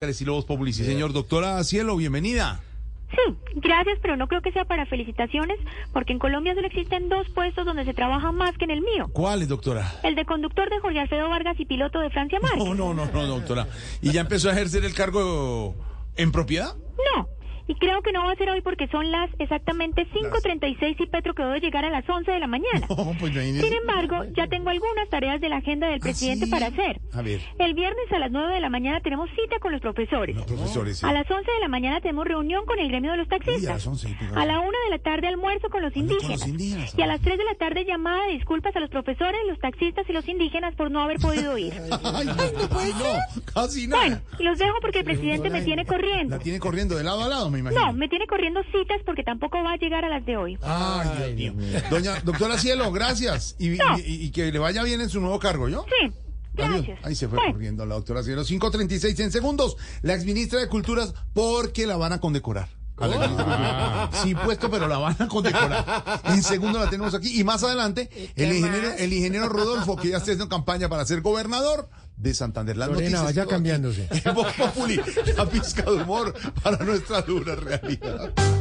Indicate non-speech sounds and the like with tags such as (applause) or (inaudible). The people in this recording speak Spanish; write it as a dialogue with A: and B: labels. A: El estilo Voz Populi. Sí, señor. Doctora Cielo, bienvenida.
B: Sí, gracias, pero no creo que sea para felicitaciones, porque en Colombia solo existen dos puestos donde se trabaja más que en el mío.
A: ¿Cuál es, doctora?
B: El de conductor de Jorge Alfredo Vargas y piloto de Francia Márquez.
A: No, no, no, no, doctora. ¿Y ya empezó a ejercer el cargo en propiedad?
B: No, y creo que no va a ser hoy porque son las exactamente 5.36 y Petro quedó de llegar a las 11 de la mañana.
A: (laughs) No, pues imagínese.
B: Sin embargo, ya tengo algunas tareas de la agenda del presidente
A: ¿Ah, sí?
B: para hacer.
A: A ver.
B: El viernes a las 9 de la mañana tenemos cita con los profesores.
A: Los profesores. sí.
B: A las 11 de la mañana tenemos reunión con el gremio de los taxistas.
A: Uy, a las 11, qué
B: A la 1 de la tarde almuerzo con los
A: con los
B: indígenas.
A: indígenas,
B: y a
A: ah.
B: las 3 de la tarde llamada de disculpas a los profesores, los taxistas y los indígenas por no haber podido
A: (laughs)
B: ir.
A: Ay, no puede No, casi nada.
B: Bueno, los dejo porque el presidente me tiene corriendo.
A: La tiene corriendo de lado a lado, me imagino.
B: No, me tiene corriendo citas porque tampoco va a llegar a las de hoy.
A: Ah, Ay, Dios mío. Doña, doctora Cielo, gracias. Y, y- y- y que le vaya bien en su nuevo cargo, ¿yo?
B: Sí,
A: Adiós.
B: gracias.
A: Ahí se fue
B: Bueno.
A: corriendo la doctora Cielo. 5.36 en segundos. La exministra de Culturas, porque la van a condecorar.
C: Oh.
A: A la
C: (laughs)
A: exministra. Sí, puesto, pero la van a condecorar. En segundo la tenemos aquí. Y más adelante,
B: Eh,
A: el ingeniero, el ingeniero Rodolfo, que ya está haciendo campaña para ser gobernador de Santander. Las
C: Lorena,
A: noticias todo
C: vaya
A: aquí. (laughs)
C: cambiándose.
A: En Voz Populi, la pizca de humor para nuestra dura realidad.